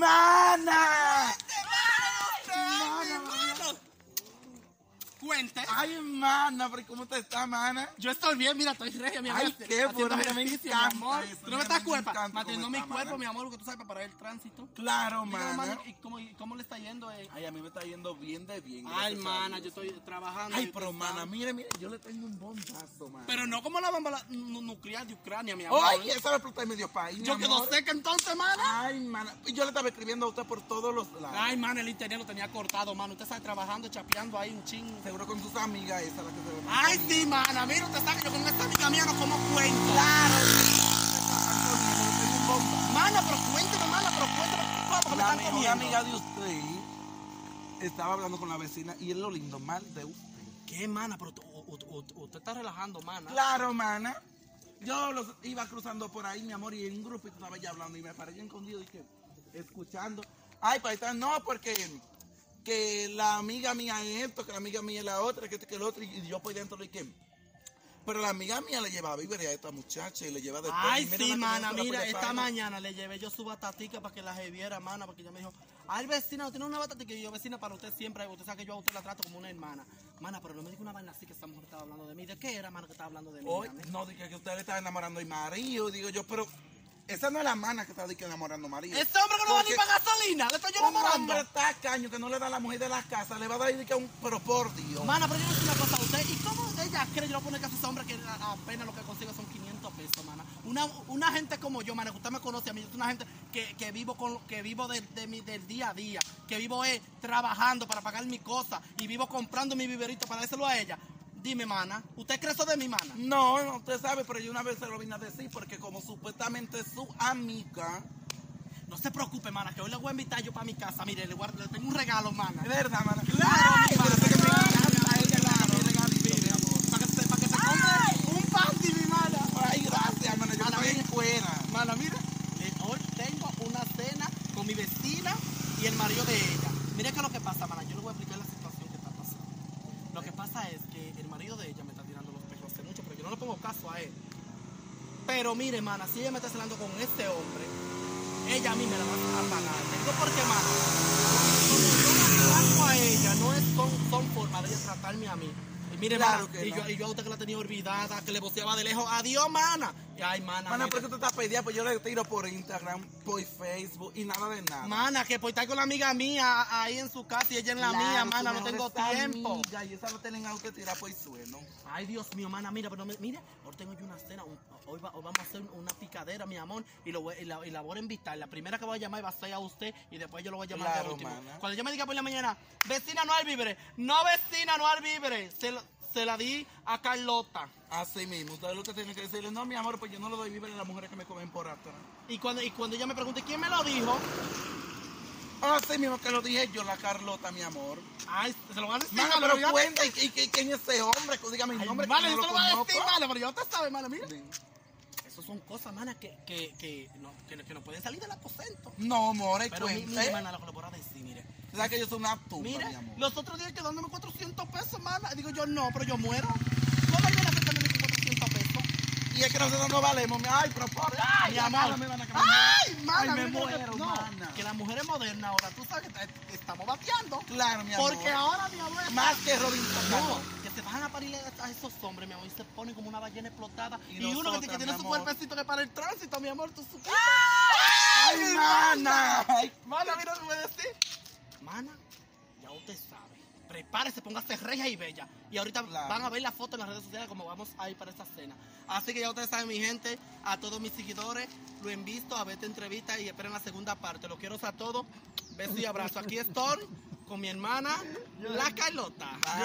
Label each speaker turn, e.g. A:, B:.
A: ¡Mana! Hermano,
B: ¡Hermano, hermano! Cuente.
A: Ay, mana, pero ¿cómo te está, mana?
B: Yo estoy bien, mira, estoy regia, mi
A: Ay,
B: amor.
A: qué bueno,
B: mi
A: mira, me encanta
B: amor.
A: eso,
B: Tú no
A: mira,
B: me estás
A: me
B: cuerpa.
A: encanta
B: Manteniendo
A: cómo
B: mi
A: está,
B: cuerpo,
A: mano.
B: mi amor, lo que tú sabes para parar el tránsito.
A: Claro,
B: Dígame,
A: mana.
B: hermano, ¿y cómo, y cómo le está yendo? eh?
C: Ay, a mí me está yendo bien de bien.
B: Ay,
C: gracias a
B: mana, yo
C: Dios.
B: estoy trabajando.
A: Ay,
B: yo
A: pero,
B: estoy
A: mana,
B: trabajando.
A: mire, mire, yo le tengo un bombazo, mana.
B: Pero no como la bomba la- nu- nuclear de Ucrania, mi amor.
A: ¡Ay, esa la explotó en medio país,
B: yo
A: mi
B: quedo
A: amor.
B: seca entonces, mana.
A: Ay, mana, yo le estaba escribiendo a usted por todos los lados.
B: Ay, mana, el internet lo tenía cortado, mano. Usted está trabajando, chapeando ahí un chingo.
A: Seguro con sus amigas, esa la que se ve. más
B: Ay,
A: bonita.
B: sí, mana. Mira, usted sabe que yo con esta amiga mía no como cuento.
A: Yo le tengo un bombazo.
B: Mana, pero cuénteme, mana, pero cuénteme. ¿qué fue? ¿Por qué me
A: La
B: están
A: mejor
B: comiendo?
A: amiga de usted estaba hablando con la vecina y es lo lindo mal de usted.
B: ¿Qué, mana? Pero tú- u- u- u- usted está relajando, mana.
A: Claro, mana. Yo los iba cruzando por ahí, mi amor, y en un grupo y estaba ya hablando y me paré yo escondido y que escuchando. Ay, paisano, no, porque que la amiga mía es esto, que la amiga mía es la otra, que esto, que el otro, y yo por dentro y que. Pero la amiga mía le llevaba víveres a esta muchacha y le lleva después.
B: Ay,
A: y mira
B: sí,
A: la
B: mana,
A: comensura
B: mira,
A: por
B: esta
A: detrás, ¿no?
B: mañana le llevé yo su batatica para que la viera, mana, porque ella me dijo, ay, vecina, ¿no tiene una batatica? Y yo, vecina, para usted siempre, usted sabe que yo a usted la trato como una hermana. Mana, pero no me dijo una vaina así que esta mujer estaba hablando de mí. ¿De qué era, mana, que estaba hablando de mí?
A: Hoy,
B: dígame?
A: no, dije que usted le estaba enamorando a marido, digo yo, pero esa no es la mana que está dije, enamorando a marido.
B: Este hombre que no va ni
A: Porque-
B: para gasolina, le estoy yo
A: Un
B: enamorando.
A: hombre tacaño que no le da a la mujer de las casas, le va a dar y que un pero por Dios.
B: Mana, pero yo le voy a decir una cosa a usted. ¿Y cómo ella cree yo no poner que a sus hombres que a- apenas lo que consigue son 500 pesos, mana? Una, una gente como yo, mana, que usted me conoce a mí, yo soy una gente que, que vivo con que vivo de, de mi- del día a día, que vivo eh, trabajando para pagar mi cosa y vivo comprando mi viverito para dárselo a ella. Dime, mana, ¿usted cree eso de mi mana?
A: No, no, usted sabe, pero yo una vez se lo vine a decir porque como supuestamente su amiga,
B: No se preocupe, mana, que hoy le voy a invitar yo para mi casa. Mire, le, guardo- le tengo un regalo, mana.
A: es verdad, mana.
B: Ay,
A: pero sé que me
B: claro,
A: encanta ella, mana, mi regalito, mi amor.
B: Para que se, para que se compre un panty, mi mana.
A: Ay, gracias, mana, yo
B: Mana,
A: estoy
B: mira.
A: en cuera.
B: Mana, mira, eh, hoy tengo una cena con mi vecina y el marido de ella. Mira que lo que pasa, mana, yo le voy a explicar la situación que está pasando. Lo que pasa es que el marido de ella me está tirando los perros hace mucho, pero yo no le pongo caso a él. Pero mire, mana, si ella me está celando con este hombre, ella a mí me la va a pagar. Te digo por qué, mana. Como yo la trato a ella, no es son, son forma de ella tratarme a mí. Y mire,
A: Claro
B: mana,
A: que
B: y,
A: no.
B: yo, y yo a usted que la tenía olvidada, que le voceaba de lejos, adiós, mana. Y, ay, mana,
A: Mana,
B: mira.
A: ¿por qué tú estás pedida? Pues yo le tiro por Instagram, por Facebook y nada de nada.
B: Mana, que por estar con la amiga mía ahí en su casa y ella en la
A: Claro,
B: mía,
A: tu
B: mana, no
A: mejor
B: tengo
A: está
B: tiempo.
A: amiga, y esa la tienen a usted tirar por el suelo.
B: Ay, Dios mío, mana, mira, pero no me- mira, hoy tengo yo una cena, un- hoy, va- hoy vamos a hacer una picadera, mi amor, y, lo voy- y la, y la voy a invitar. La primera que voy a llamar va a ser a usted y después yo lo voy a llamar de
A: Claro,
B: último.
A: mana.
B: Cuando yo me diga por la mañana, vecina no al víveres, no vecina no al víveres, se, lo- se la di a Carlota.
A: Así mismo, usted lo que tiene que decirle, no, mi amor, pues yo no le doy víveres a las mujeres que me comen por atrás.
B: Y cuando, y cuando ella me pregunte quién me lo dijo,
A: Así mismo que lo dije yo, la Carlota, mi amor.
B: ay, se lo van a decir.
A: Mana,
B: mana,
A: pero
B: olvídate.
A: cuenta, ¿y, qué- qué- quién es ese hombre? Dígame el
B: Ay,
A: nombre. que
B: mana,
A: yo
B: yo
A: no
B: te lo voy a
A: conozco.
B: decir, mana, pero yo te sabes, mana, mira.
A: Sí.
B: Esas son cosas, mana, que, que, que, no, que, no- que no pueden salir del aposento. Pues, ¿eh?
A: No, more,
B: Pero mi, mi
A: cuenta.
B: hermana, lo que le puedo decir, mire.
A: ¿Sabes que yo soy una tumba, mi
B: Mire,
A: amor?
B: los otros días quedándome 400 pesos, mana. Y digo yo, no, pero yo muero. ¿Cómo yo la gente me dice 400 pesos?
A: Y es que nosotros no valemos. mi- Ay, pero por... Ay,
B: Mi
A: ya
B: amor.
A: nada, me van a quemar.
B: Ay, mana,
A: Ay, me
B: mira lo que-
A: muero,
B: no,
A: mana.
B: Que las mujeres modernas ahora, tú sabes que est- estamos bateando.
A: Claro, mi amor.
B: Porque ahora, mi amor, es
A: Más que Robinson
B: No,
A: Cano.
B: que se bajan a parir a a esos hombres, mi amor, y se ponen como una ballena explotada.
A: Y
B: Y, uno que,
A: nosotras,
B: que tiene
A: mi
B: su
A: amor.
B: cuerpecito que para el tránsito, mi amor, tú supiste.
A: ¡Ay, mana! Ay,
B: Mana, mira lo que voy a
A: este.
B: decir. Mana, ya usted sabe. Prepárese, póngase regia y bella. Y ahorita
A: Claro.
B: van a ver la foto en las redes sociales como vamos a ir para esta cena. Así que ya ustedes saben, mi gente, a todos mis seguidores, lo invisto a ver esta entrevista y esperen la segunda parte. Los quiero a todos. Beso y abrazo. Aquí estoy con mi hermana, la Carlota.
A: Ay.